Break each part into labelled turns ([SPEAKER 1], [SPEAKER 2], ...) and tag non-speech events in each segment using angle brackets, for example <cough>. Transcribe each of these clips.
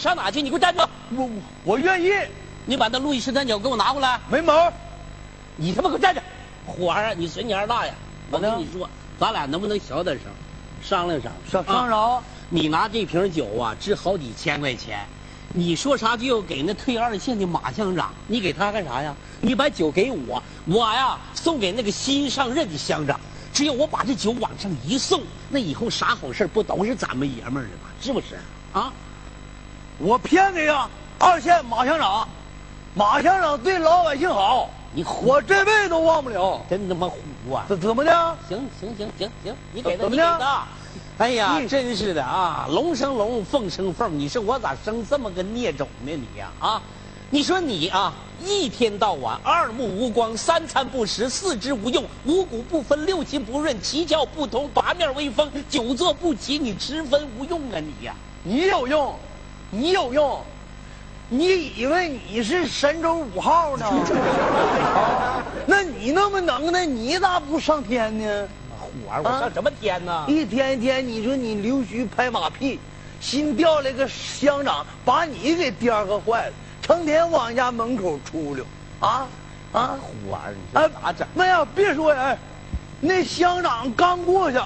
[SPEAKER 1] 上哪去？你给我站住！
[SPEAKER 2] 我我愿意，
[SPEAKER 1] 你把那路易十三角给我拿过来！
[SPEAKER 2] 没毛。
[SPEAKER 1] 你他妈给我站着！火儿啊，你随你二大爷！我跟你说，咱俩能不能小点声，商量商
[SPEAKER 2] 商
[SPEAKER 1] 量？
[SPEAKER 2] 商
[SPEAKER 1] 啊
[SPEAKER 2] 量。
[SPEAKER 1] 你拿这瓶酒啊，值好几千块钱，你说啥就要给那退二线的马乡长，你给他干啥呀？你把酒给我，我呀送给那个新上任的乡长。只要我把这酒往上一送，那以后啥好事不都是咱们爷们儿的吗？是不是？啊，
[SPEAKER 2] 我偏给呀，二线马乡长，马乡长对老百姓好，
[SPEAKER 1] 你虎
[SPEAKER 2] 我这辈子都忘不了。
[SPEAKER 1] 真他妈虎啊！
[SPEAKER 2] 怎怎么的？
[SPEAKER 1] 行行行行行，你给他，
[SPEAKER 2] 怎
[SPEAKER 1] 你给
[SPEAKER 2] 么的
[SPEAKER 1] 他。哎呀，
[SPEAKER 2] 嗯
[SPEAKER 1] 真是的啊！龙生龙，凤生凤，你说我咋生这么个孽种呢？你呀啊你说你啊，一天到晚二目无光，三餐不食，四肢无用，五谷不分，六亲不认，七窍不通，八面威风，久坐不起，你十分无用啊！你呀、
[SPEAKER 2] 你有用，你有用，你以为你是神州五号呢？啊那你那么能耐，你咋不上天呢？
[SPEAKER 1] 虎儿，我上什么天呢？
[SPEAKER 2] 一天一天，你说你溜须拍马屁，新调来个乡长，把你给颠和坏了，成天往人家门口出溜，啊啊！
[SPEAKER 1] 虎儿，你
[SPEAKER 2] 哎
[SPEAKER 1] 说咋整？
[SPEAKER 2] 那呀，别说呀，哎，那乡长刚过去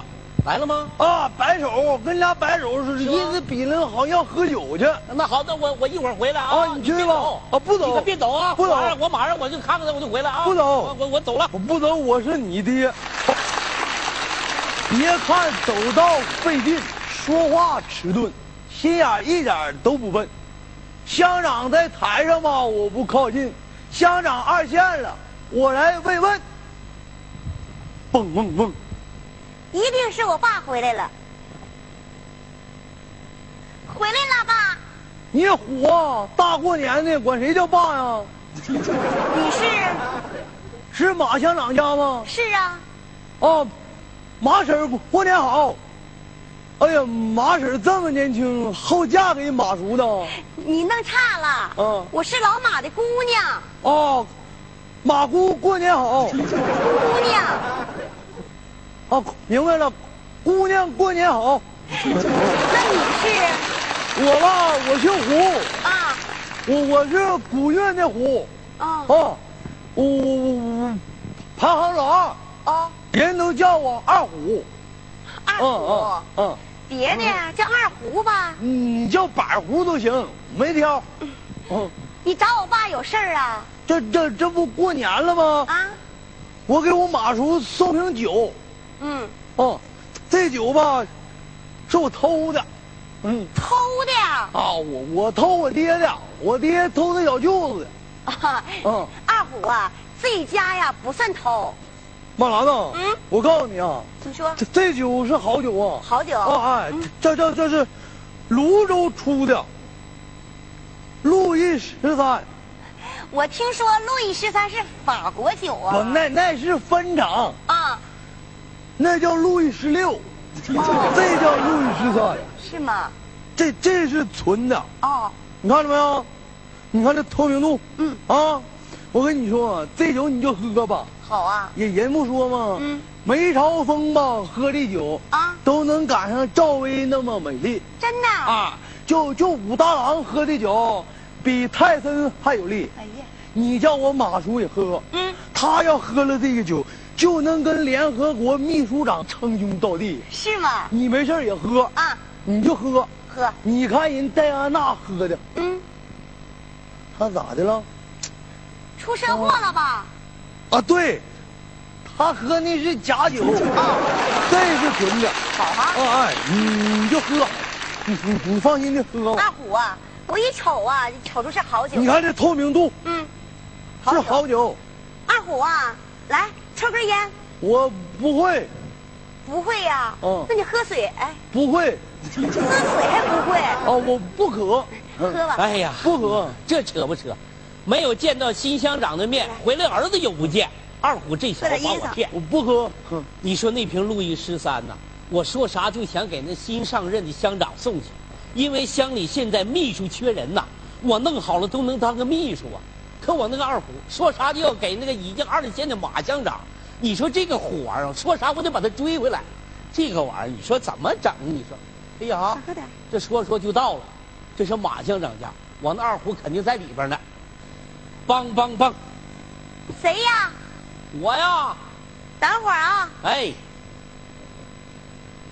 [SPEAKER 1] 来了吗？
[SPEAKER 2] 啊，摆手跟人家摆手，是
[SPEAKER 1] 吗
[SPEAKER 2] 意思比那好像要喝酒去。
[SPEAKER 1] 那好，那我我一会儿回来啊。
[SPEAKER 2] 啊你去吧
[SPEAKER 1] 别走
[SPEAKER 2] 啊不走
[SPEAKER 1] 啊你可别走啊！
[SPEAKER 2] 不走
[SPEAKER 1] 马上我马上我就看看他，我就回来啊！
[SPEAKER 2] 不走
[SPEAKER 1] 我我我走了。
[SPEAKER 2] 我不走，我是你爹。别看走道费劲，说话迟钝，心眼儿一点儿都不笨。乡长在台上吧，我不靠近；乡长二线了，我来慰问。蹦蹦蹦！
[SPEAKER 3] 一定是我爸回来了。回来了，爸，
[SPEAKER 2] 你虎啊！大过年的，管谁叫爸呀？
[SPEAKER 3] 你是
[SPEAKER 2] 是马乡长家吗？
[SPEAKER 3] 是啊，
[SPEAKER 2] 啊，马婶儿过年好。哎呀，马婶儿这么年轻，后嫁给马叔的。
[SPEAKER 3] 你弄岔了。
[SPEAKER 2] 嗯
[SPEAKER 3] 我是老马的姑娘，
[SPEAKER 2] 哦，马姑过年好。
[SPEAKER 3] 姑娘。
[SPEAKER 2] 哦，明白了，姑娘过年好。
[SPEAKER 3] 那你
[SPEAKER 2] 我吧，我姓胡，
[SPEAKER 3] 是啊？
[SPEAKER 2] 我我是古月那胡。
[SPEAKER 3] 哦
[SPEAKER 2] 哦，我我我我排行老二，啊
[SPEAKER 3] 哦，
[SPEAKER 2] 人都叫我二虎。
[SPEAKER 3] 二
[SPEAKER 2] 嗯
[SPEAKER 3] 虎，
[SPEAKER 2] 嗯
[SPEAKER 3] 别的叫二胡吧。
[SPEAKER 2] 嗯，你叫板胡都行，没挑。嗯，
[SPEAKER 3] 你找我爸有事儿啊？
[SPEAKER 2] 这这这不过年了吗？
[SPEAKER 3] 啊，
[SPEAKER 2] 我给我马叔送瓶酒。
[SPEAKER 3] 嗯，
[SPEAKER 2] 哦，这酒吧，是我偷的。嗯。
[SPEAKER 3] 偷的呀。
[SPEAKER 2] 啊，我我偷我爹的，我爹偷他小舅子的。
[SPEAKER 3] 啊
[SPEAKER 2] 嗯
[SPEAKER 3] <laughs> 二虎啊，自己家呀不算偷。
[SPEAKER 2] 马兰子，
[SPEAKER 3] 嗯
[SPEAKER 2] 我告诉你啊，
[SPEAKER 3] 你说
[SPEAKER 2] 这这酒是好酒啊，
[SPEAKER 3] 好酒
[SPEAKER 2] 啊哎
[SPEAKER 3] 嗯，
[SPEAKER 2] 这这这是泸州出的，路易十三，
[SPEAKER 3] 我听说路易十三是法国酒啊。
[SPEAKER 2] 我哦那那是分厂，
[SPEAKER 3] 啊，
[SPEAKER 2] 那叫路易十六，这叫路易十三，
[SPEAKER 3] 是吗？
[SPEAKER 2] 这这是纯的，
[SPEAKER 3] 哦，
[SPEAKER 2] 你看着没有？你看这透明度，
[SPEAKER 3] 嗯
[SPEAKER 2] 啊，我跟你说啊，这酒你就喝吧，
[SPEAKER 3] 好啊，
[SPEAKER 2] 也人不说嘛，
[SPEAKER 3] 嗯，
[SPEAKER 2] 梅超风吧，喝这酒
[SPEAKER 3] 啊
[SPEAKER 2] 都能赶上赵薇那么美丽
[SPEAKER 3] 真的。
[SPEAKER 2] 啊！就就武大郎喝的酒，比泰森还有力。
[SPEAKER 3] 哎呀，
[SPEAKER 2] 你叫我马叔也喝，
[SPEAKER 3] 嗯，
[SPEAKER 2] 他要喝了这个酒，就能跟联合国秘书长称兄道弟。
[SPEAKER 3] 是吗？
[SPEAKER 2] 你没事儿也喝，
[SPEAKER 3] 啊，
[SPEAKER 2] 你就喝。
[SPEAKER 3] 喝，
[SPEAKER 2] 你看人戴安娜喝的，
[SPEAKER 3] 嗯，
[SPEAKER 2] 她咋的了？
[SPEAKER 3] 出车祸了吧？
[SPEAKER 2] 啊，对，她喝那是假酒，啊，这是纯的。
[SPEAKER 3] 好啊，
[SPEAKER 2] 啊哎，你就喝，你你你放心的喝吧。
[SPEAKER 3] 二虎啊，我一瞅啊，瞅出是好酒。
[SPEAKER 2] 你，看这透明度
[SPEAKER 3] 嗯，好
[SPEAKER 2] 是
[SPEAKER 3] 酒。
[SPEAKER 2] 好酒，
[SPEAKER 3] 二虎啊，来抽根烟。
[SPEAKER 2] 我不会，
[SPEAKER 3] 不会呀、
[SPEAKER 2] 嗯
[SPEAKER 3] 那你喝水，哎，
[SPEAKER 2] 不
[SPEAKER 3] <laughs>
[SPEAKER 2] 会
[SPEAKER 3] 喝水还不会，
[SPEAKER 2] 啊，我不渴，
[SPEAKER 3] 喝吧。
[SPEAKER 1] 哎呀，
[SPEAKER 2] 不渴，
[SPEAKER 1] 这扯不扯？没有见到新乡长的面，
[SPEAKER 2] 哎
[SPEAKER 1] 回来儿子又不见，二虎这小子把我骗。
[SPEAKER 2] 我不喝。哼
[SPEAKER 1] 你说那瓶路易十三呐，我说啥就想给那新上任的乡长送去，因为乡里现在秘书缺人呐，我弄好了都能当个秘书啊。可我那个二虎说啥就要给那个已经二线的马乡长，你说这个虎儿啊，说啥我得把他追回来，这个玩意儿你说怎么整？你说，哎呀，
[SPEAKER 3] 喝点。
[SPEAKER 1] 这说说就到了，这是马乡长家，我那二胡肯定在里边呢。梆梆梆，
[SPEAKER 3] 谁呀？
[SPEAKER 1] 我呀，
[SPEAKER 3] 等会儿啊，
[SPEAKER 1] 哎，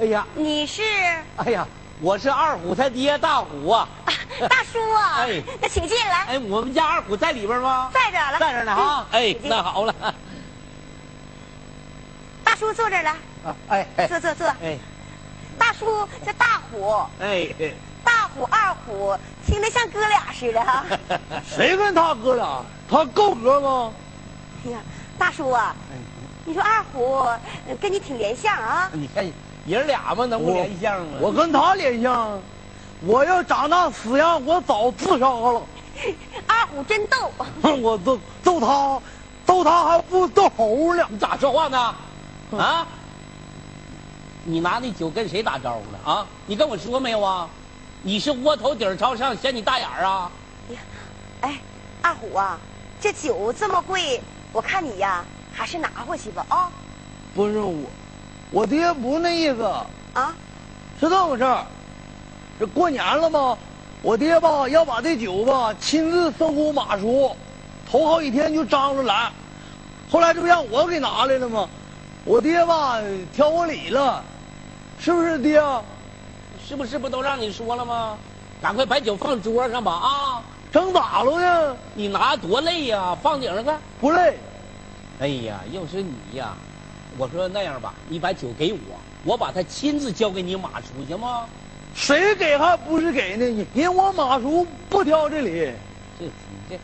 [SPEAKER 1] 哎呀，
[SPEAKER 3] 你是、 <laughs>
[SPEAKER 1] 哎呀，我是二虎他爹大虎啊。
[SPEAKER 3] 啊大叔啊？
[SPEAKER 1] 哎
[SPEAKER 3] 那请进来，
[SPEAKER 1] 哎，我们家二虎在里边吗？
[SPEAKER 3] 在这儿了，
[SPEAKER 1] 在这儿呢哈。
[SPEAKER 3] 嗯
[SPEAKER 1] 哎，
[SPEAKER 3] 请进
[SPEAKER 1] 那好了。
[SPEAKER 3] 大叔坐这儿来，
[SPEAKER 1] 啊哎哎
[SPEAKER 3] 坐坐坐。
[SPEAKER 1] 哎
[SPEAKER 3] 大叔叫大虎，
[SPEAKER 1] 哎，哎
[SPEAKER 3] 大虎二虎，听着像哥俩似的哈。
[SPEAKER 2] 谁跟他哥俩？他够格吗？
[SPEAKER 3] 哎呀，大叔啊，你说二虎呃跟你挺连相啊？
[SPEAKER 1] 你看爷儿俩嘛，
[SPEAKER 3] 哦
[SPEAKER 1] 能不
[SPEAKER 2] 我
[SPEAKER 1] 连相吗？
[SPEAKER 2] 我跟他连相，我要长那死样，我早自杀了。
[SPEAKER 3] 二虎真逗，
[SPEAKER 2] <laughs> 我揍揍他，揍他还不揍猴呢。
[SPEAKER 1] 你咋说话呢？啊？你拿那酒跟谁打招呼呢？啊？你跟我说没有啊？你是窝头底儿朝上显你大眼儿啊？
[SPEAKER 3] 哎呀哎，二虎啊，这酒这么贵，我看你呀还是拿回去吧啊
[SPEAKER 2] 不是我，我爹不是那意思，
[SPEAKER 3] 啊！
[SPEAKER 2] 是这么回事儿。这过年了吗？我爹吧要把这酒吧亲自送给我马叔，头好几天就张罗来，后来这不让我给拿来了吗？我爹吧挑我理了，是不是爹？
[SPEAKER 1] 是不是不都让你说了吗？赶快把酒放桌上吧啊！
[SPEAKER 2] 整咋了呢？
[SPEAKER 1] 你拿多累呀、放顶上看。
[SPEAKER 2] 不累，
[SPEAKER 1] 哎呀，要是你呀，我说那样吧，你把酒给我，我把它亲自交给你马叔行吗？
[SPEAKER 2] 谁给还不是给呢？人我马叔不挑这理。
[SPEAKER 1] 这你这，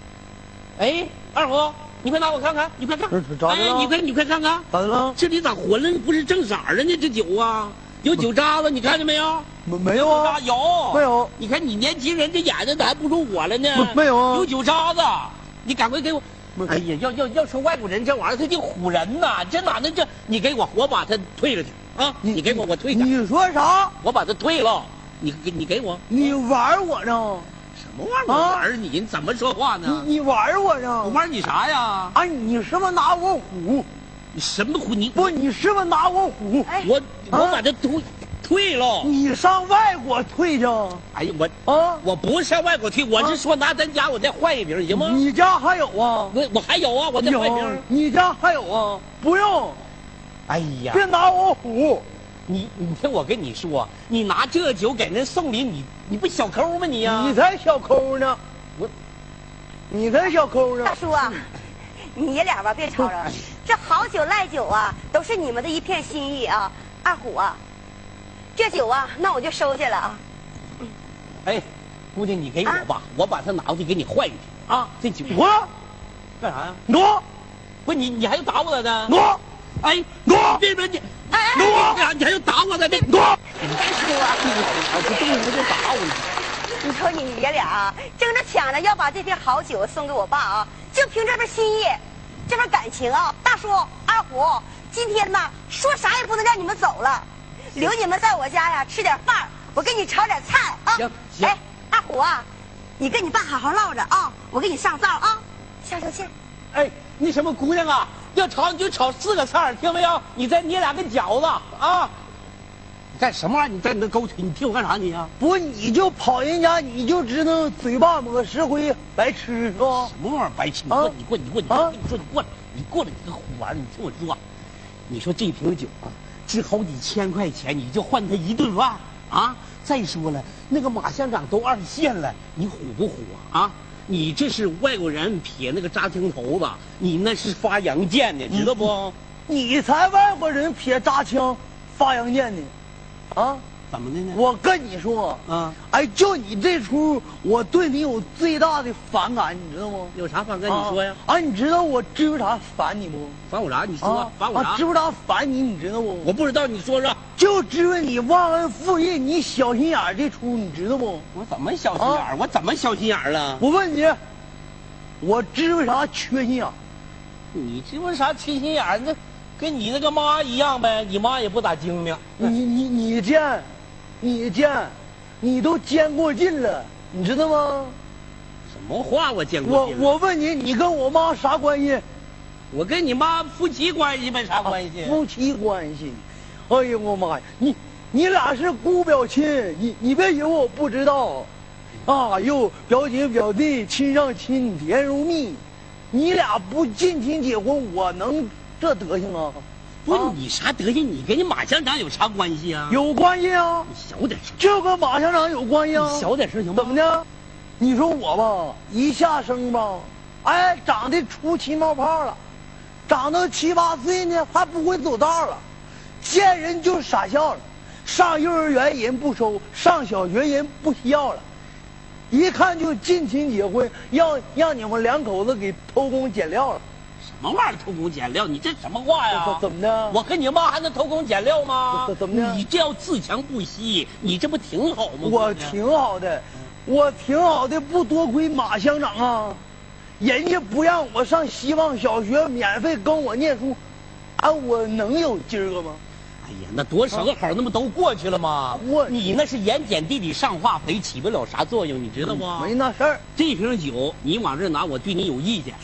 [SPEAKER 1] 哎，二虎，你快拿我看看，你快看
[SPEAKER 2] 这这，咋的
[SPEAKER 1] 哎，
[SPEAKER 2] 了
[SPEAKER 1] 你快你快看看，
[SPEAKER 2] 咋的了？
[SPEAKER 1] 这里咋浑了？不是正色儿的呢？这酒啊，有酒渣子，你看见没有？
[SPEAKER 2] 没没有啊？
[SPEAKER 1] 哦有有
[SPEAKER 2] 没有
[SPEAKER 1] 你看你年轻人这眼睛咋还不如我了呢？
[SPEAKER 2] 没没有啊
[SPEAKER 1] 有酒渣子，你赶快给我
[SPEAKER 2] 没。
[SPEAKER 1] 哎呀，要要要说外国人这玩意儿，他就唬人呐！这哪能这？你给我，我把他退了去啊！你给我，我退他，
[SPEAKER 2] 你说啥？
[SPEAKER 1] 我把他退了。你给你给我
[SPEAKER 2] 你玩我呢？
[SPEAKER 1] 什么玩意儿？我
[SPEAKER 2] 啊
[SPEAKER 1] 玩儿你，你怎么说话呢？
[SPEAKER 2] 你你玩我
[SPEAKER 1] 嗯我
[SPEAKER 2] 呢？
[SPEAKER 1] 玩你啥呀？
[SPEAKER 2] 哎，你是不是拿我唬？
[SPEAKER 1] 你什么虎？你
[SPEAKER 2] 不，你是不是拿我唬？
[SPEAKER 3] 哎，
[SPEAKER 1] 我我
[SPEAKER 2] 啊
[SPEAKER 1] 把他退退了。
[SPEAKER 2] 你上外国退去啊？
[SPEAKER 1] 哎呀，我我不是上外国退，我是说拿咱家我再换一瓶行吗？
[SPEAKER 2] 你家还有啊？
[SPEAKER 1] 我我还有啊，我再换一
[SPEAKER 2] 有
[SPEAKER 1] 瓶。，
[SPEAKER 2] 你家还有啊？不用，
[SPEAKER 1] 哎呀，
[SPEAKER 2] 别拿我唬。
[SPEAKER 1] 你你听我跟你说，你拿这酒给人送礼，你你不小抠吗你呀、
[SPEAKER 2] 你才小抠呢，
[SPEAKER 1] 我
[SPEAKER 2] 你才小抠呢
[SPEAKER 3] 大。叔啊，你爷俩吧别吵了，这好酒赖酒啊，都是你们的一片心意啊。二虎啊，这酒啊，那我就收下了啊。
[SPEAKER 1] 哎，姑娘你给我吧，我把它拿回去给你换一瓶啊。这酒
[SPEAKER 2] 我
[SPEAKER 1] 干啥呀？
[SPEAKER 2] 挪
[SPEAKER 1] 不是你你还要打我呢？
[SPEAKER 2] 挪
[SPEAKER 1] 哎，
[SPEAKER 2] 挪
[SPEAKER 1] 别别你，
[SPEAKER 3] 哎哎
[SPEAKER 1] 你
[SPEAKER 2] 挪
[SPEAKER 1] 呀你还要打我呢？这
[SPEAKER 2] 挪，
[SPEAKER 3] 大叔啊，
[SPEAKER 1] 我不动你就打我呢。
[SPEAKER 3] 你瞅你爷俩啊，争着抢着要把这瓶好酒送给我爸啊，就凭这份心意，这份感情啊，大叔二虎，今天呐，说啥也不能让你们走了，留你们在我家呀吃点饭儿，我给你炒点菜啊。
[SPEAKER 1] 行行
[SPEAKER 3] 哎，二虎啊，你跟你爸好好唠着啊，我给你上灶啊，消消气儿。
[SPEAKER 1] 哎，那什么姑娘啊，要炒你就炒四个菜儿，听没有？你再捏两个饺子啊！你干什么啊玩意儿？你在你那狗腿，你替我干啥你啊？
[SPEAKER 2] 不你就跑人家，你就知道嘴巴抹石灰白吃是吧？
[SPEAKER 1] 什么玩意儿白痴！你
[SPEAKER 2] 啊
[SPEAKER 1] 过来，你过来，你过来，
[SPEAKER 2] 啊
[SPEAKER 1] 你说你过来，你过来，你个虎玩意儿！你听我说，你说这瓶酒啊，值好几千块钱，你就换他一顿饭啊！再说了，那个马乡长都二线了，你虎不虎啊？啊！你这是外国人撇那个扎青头子，你那是发洋剑呢，知道不？
[SPEAKER 2] 你才外国人撇扎枪发洋剑呢，啊！
[SPEAKER 1] 怎么的呢？
[SPEAKER 2] 我跟你说，
[SPEAKER 1] 啊，
[SPEAKER 2] 哎，就你这出，我对你有最大的反感，你知道吗？
[SPEAKER 1] 有啥反跟你说呀？
[SPEAKER 2] 啊！啊你知道我知不啥烦你不？
[SPEAKER 1] 烦我啥？你说、烦我啥？
[SPEAKER 2] 啊知不啥烦你，你知道不？
[SPEAKER 1] 我不知道，你说说，
[SPEAKER 2] 就知道你忘恩负义，你小心眼儿这出，你知道不？
[SPEAKER 1] 我怎么小心眼儿？我怎么小心眼儿了？
[SPEAKER 2] 我问你，我知不啥缺心眼儿？
[SPEAKER 1] 你这不是啥缺心眼儿？那跟你那个妈一样呗，你妈也不咋精明。
[SPEAKER 2] 你你你贱，你贱，你都奸过劲了，你知道吗？
[SPEAKER 1] 什么话我见过
[SPEAKER 2] 我
[SPEAKER 1] 劲了？
[SPEAKER 2] 我问你，你跟我妈啥关系？
[SPEAKER 1] 我跟你妈夫妻关系没啥关系。
[SPEAKER 2] 夫妻关系。哎呦我妈呀，你你俩是姑表亲，你你别以为我不知道，啊，又表姐表弟亲上亲，甜如蜜。你俩不近亲结婚，我能这德行啊？
[SPEAKER 1] 不
[SPEAKER 2] 啊
[SPEAKER 1] 是你啥德行？你跟你马乡长有啥关系啊？
[SPEAKER 2] 有关系啊？
[SPEAKER 1] 你小点声，
[SPEAKER 2] 这跟马乡长有关系啊？
[SPEAKER 1] 你小点声行吗？
[SPEAKER 2] 怎么的？你说我吧，一下生吧，哎，长得出气冒泡了，长到七八岁呢还不会走道了，见人就傻笑了，上幼儿园人不收，上小学人不要了，一看就近亲结婚，要让你们两口子给偷工减料了，
[SPEAKER 1] 什么玩意儿偷工减料？你这什么话哎呀
[SPEAKER 2] 这？怎么的
[SPEAKER 1] 我跟你妈还能偷工减料吗？
[SPEAKER 2] 这这怎么的
[SPEAKER 1] 你这要自强不息，你这不挺好吗？
[SPEAKER 2] 我
[SPEAKER 1] 姑娘
[SPEAKER 2] 挺好的，我挺好的，不多亏马乡长啊，人家不让我上希望小学免费跟我念书，啊，我能有今儿个吗？
[SPEAKER 1] 哎呀，那多少个考那不都啊过去了吗？
[SPEAKER 2] 我
[SPEAKER 1] 你那是盐碱地里上化肥，起不了啥作用，你知道不？
[SPEAKER 2] 没那事儿，
[SPEAKER 1] 这瓶酒你往这拿，我对你有意见。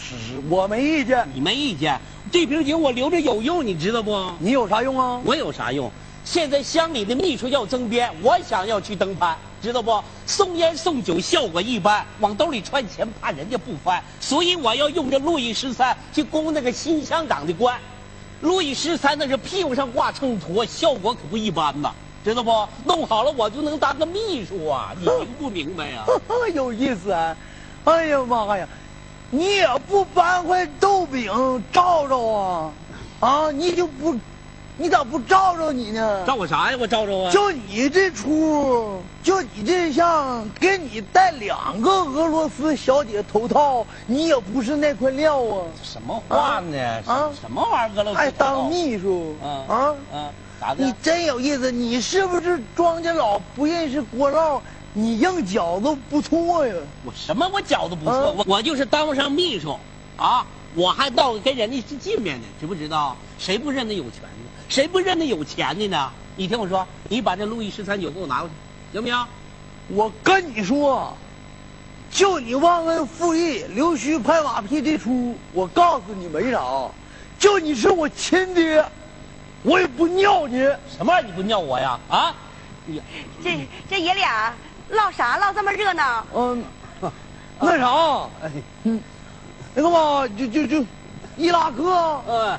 [SPEAKER 2] 我没意见，
[SPEAKER 1] 你没意见，这瓶酒我留着有用，你知道不？
[SPEAKER 2] 你有啥用啊？ <laughs>
[SPEAKER 1] 我有啥用？现在乡里的秘书要征编，我想要去登攀，知道不？送烟送酒效果一般，往兜里揣钱怕人家不翻，所以我要用这路易十三去攻那个新乡长的官。路易十三那是屁股上挂秤砣，效果可不一般呐，知道不？弄好了我就能当个秘书啊！你明不明白啊
[SPEAKER 2] <laughs>
[SPEAKER 1] 呀、
[SPEAKER 2] 呵呵，有意思啊！哎呀妈呀，你也不搬块豆饼照照啊？啊，你就不，你咋不照照你呢？
[SPEAKER 1] 照我啥呀？我照照啊！
[SPEAKER 2] 就你这出，就你这样，给你带两个俄罗斯小姐头套，你也不是那块料啊！
[SPEAKER 1] 什么话呢？
[SPEAKER 2] 啊
[SPEAKER 1] 什么玩意儿？俄罗斯
[SPEAKER 2] 还
[SPEAKER 1] 头套
[SPEAKER 2] 当秘书
[SPEAKER 1] 啊
[SPEAKER 2] 啊？
[SPEAKER 1] 啊？咋的
[SPEAKER 2] 你？真有意思，你是不是庄家老不认识锅烙？你硬饺子不错呀！
[SPEAKER 1] 我什么我饺子不错，
[SPEAKER 2] 啊
[SPEAKER 1] 我我就是当不上秘书，啊，我还到跟人家去见面呢，知不知道？谁不认得有权的？谁不认得有钱的呢？你听我说，你把这路易十三酒给我拿过去，行不行？
[SPEAKER 2] 我跟你说，就你忘恩负义、溜须拍马屁这出，我告诉你没啥，啊就你是我亲爹，我也不尿你。
[SPEAKER 1] 什么玩意儿你不尿我呀？啊？你
[SPEAKER 3] 这这爷俩唠啥唠这么热闹？
[SPEAKER 2] 嗯， <laughs> 那啥，嗯，那个嘛，就就就，伊拉克
[SPEAKER 1] 呃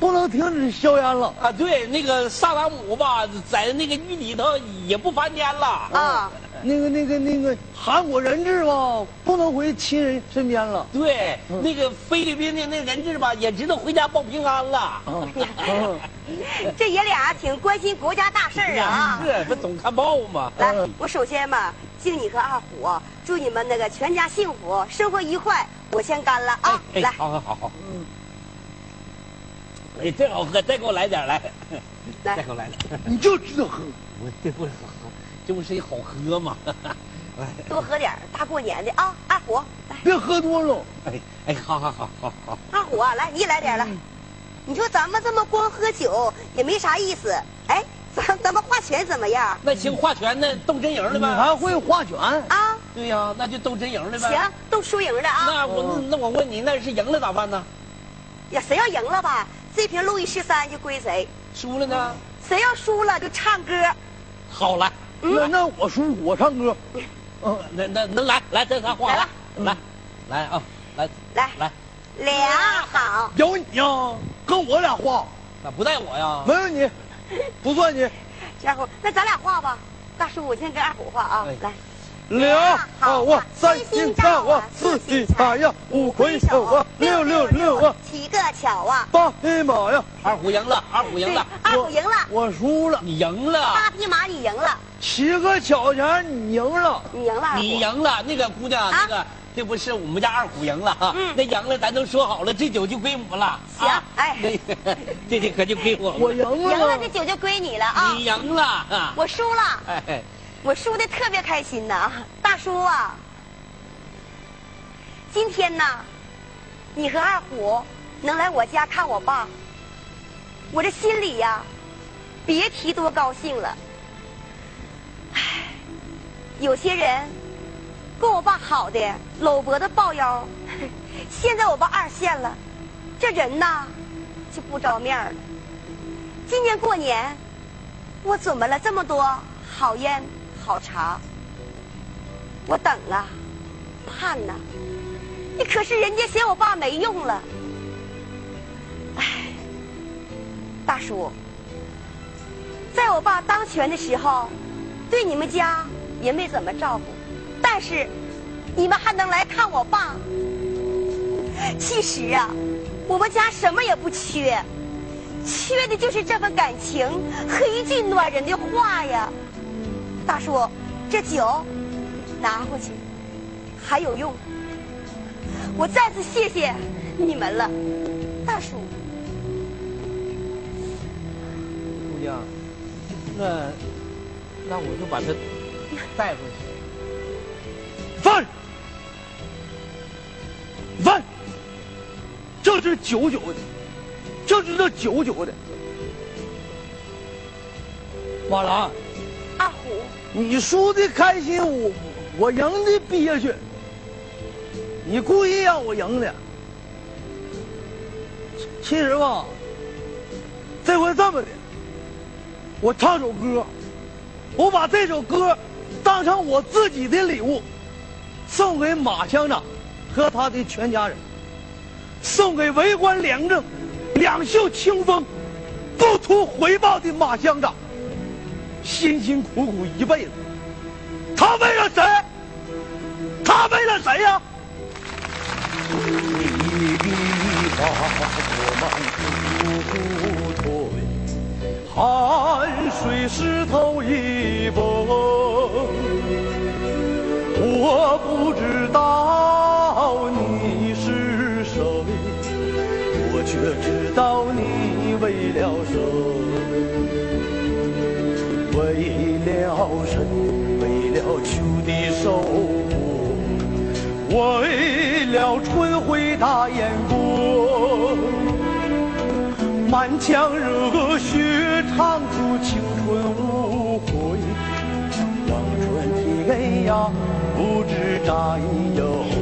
[SPEAKER 2] 不能停止硝烟了。
[SPEAKER 1] 啊，对，那个萨达姆吧，在那个狱里头也不翻天了
[SPEAKER 3] 啊，
[SPEAKER 2] 那个那个那个韩国人质吧，不能回亲人身边了。
[SPEAKER 1] 对，
[SPEAKER 2] 嗯
[SPEAKER 1] 那个菲律宾的那人质吧，也知道回家报平安了。 <laughs>
[SPEAKER 2] 啊，嗯
[SPEAKER 3] 这爷俩挺关心国家大事儿啊啊！
[SPEAKER 1] 是哎不总看报吗？
[SPEAKER 3] 来，我首先嘛，敬你和二虎，祝你们那个全家幸福，生活愉快。我先干了啊！
[SPEAKER 1] 哎，
[SPEAKER 3] 来，嗯
[SPEAKER 1] 好好好好。哎，真好喝，再给我来点儿来，<laughs>
[SPEAKER 3] 来
[SPEAKER 1] 再给我来点儿。
[SPEAKER 2] 你就知道喝。
[SPEAKER 1] 我这不是好，这不是好喝吗？ <laughs> 哎
[SPEAKER 3] 多喝点儿，大过年的啊！二虎，来，
[SPEAKER 2] 别喝多了，
[SPEAKER 1] 哎哎，好好好好好。
[SPEAKER 3] 二虎啊，来，你也来点儿
[SPEAKER 1] 嗯
[SPEAKER 3] 来。你说咱们这么光喝酒也没啥意思，哎， <laughs> 咱咱们画拳怎么样
[SPEAKER 1] 那行，化拳那斗真赢了
[SPEAKER 2] 你
[SPEAKER 3] 嗯
[SPEAKER 1] 呗？
[SPEAKER 2] 还会划拳？
[SPEAKER 3] 啊？
[SPEAKER 1] 对呀、那就斗真赢了呗。
[SPEAKER 3] 行，，都输赢了啊！
[SPEAKER 1] 那我那我问你，那是赢了咋办呢？
[SPEAKER 3] 呀，谁要赢了吧，这瓶路易十三就归谁；
[SPEAKER 1] 输了呢？
[SPEAKER 3] 谁要输了就唱歌。
[SPEAKER 1] 好来，
[SPEAKER 2] 那那我输，我唱歌。嗯
[SPEAKER 1] 那那那来来，咱仨画来
[SPEAKER 3] 嗯
[SPEAKER 1] 来来啊，来
[SPEAKER 3] 来
[SPEAKER 1] 来，
[SPEAKER 3] 俩好，
[SPEAKER 2] 有你呀，跟我俩画，
[SPEAKER 1] 咋不带我呀？
[SPEAKER 2] 没有你，不算你。
[SPEAKER 1] 哎
[SPEAKER 3] 然后那咱俩画吧，大叔，我先跟二虎画啊
[SPEAKER 1] 哎，
[SPEAKER 3] 来。
[SPEAKER 2] 两啊我三心三我啊四喜三呀五魁首啊六六六啊
[SPEAKER 3] 七个巧啊！
[SPEAKER 2] 八匹马哎呀！
[SPEAKER 1] 二虎赢了，二虎赢了，
[SPEAKER 3] 二
[SPEAKER 2] 我
[SPEAKER 3] 虎赢了，
[SPEAKER 2] 我输了，
[SPEAKER 1] 你赢了。
[SPEAKER 3] 八匹马你赢了，
[SPEAKER 2] 七个小钱你赢了，
[SPEAKER 3] 你赢了，二虎
[SPEAKER 1] 你赢了，那个姑娘，
[SPEAKER 3] 啊
[SPEAKER 1] 那个这不是我们家二虎赢了哈，
[SPEAKER 3] 嗯
[SPEAKER 1] 那赢了咱都说好了，这酒就归我了。
[SPEAKER 3] 行
[SPEAKER 1] 啊
[SPEAKER 3] 哎
[SPEAKER 1] 这 <laughs> 这这可就归我
[SPEAKER 2] 我
[SPEAKER 1] 了。
[SPEAKER 2] 赢
[SPEAKER 3] 赢了
[SPEAKER 2] 了
[SPEAKER 3] 这。酒就归你了啊！
[SPEAKER 1] 你赢了，啊
[SPEAKER 3] 我输了，
[SPEAKER 1] 哎，
[SPEAKER 3] 我输的特别开心呐，大叔啊！今天呐，你和二虎能来我家看我爸，我这心里呀、别提多高兴了。唉，有些人跟我爸好的搂脖子抱腰， <laughs> 现在我爸二线了，这人呐就不着面儿了。今年过年，我准备了这么多好烟好茶，我等啊，盼呐、你可是人家嫌我爸没用了。哎，大叔，在我爸当权的时候，对你们家也没怎么照顾，但是你们还能来看我爸。其实啊，我们家什么也不缺，缺的就是这份感情和一句暖人的话呀。大叔，这酒拿回去，还有用。我再次谢谢你们了，大叔。
[SPEAKER 2] 姑娘，
[SPEAKER 1] 哎那那我就把他带回
[SPEAKER 3] <laughs>
[SPEAKER 1] 去。
[SPEAKER 2] 饭，饭，这是九九的，这是这九九的。马兰，
[SPEAKER 3] 二虎，
[SPEAKER 2] 你输的开心，我我赢的憋屈。你故意让我赢的。其实吧，这回这么的，我唱首歌，我把这首歌当成我自己的礼物，送给马乡长和他的全家人，送给为官良政、两袖清风、不图回报的马乡长，辛辛苦苦一辈子，他为了谁？他为了谁呀、汗水湿透衣襟，我不知道你是谁，我却知道你为了谁，为了谁，为了秋的守护，为了春晖大雁过。满腔热血唱出青春无悔，望穿天涯不知战友。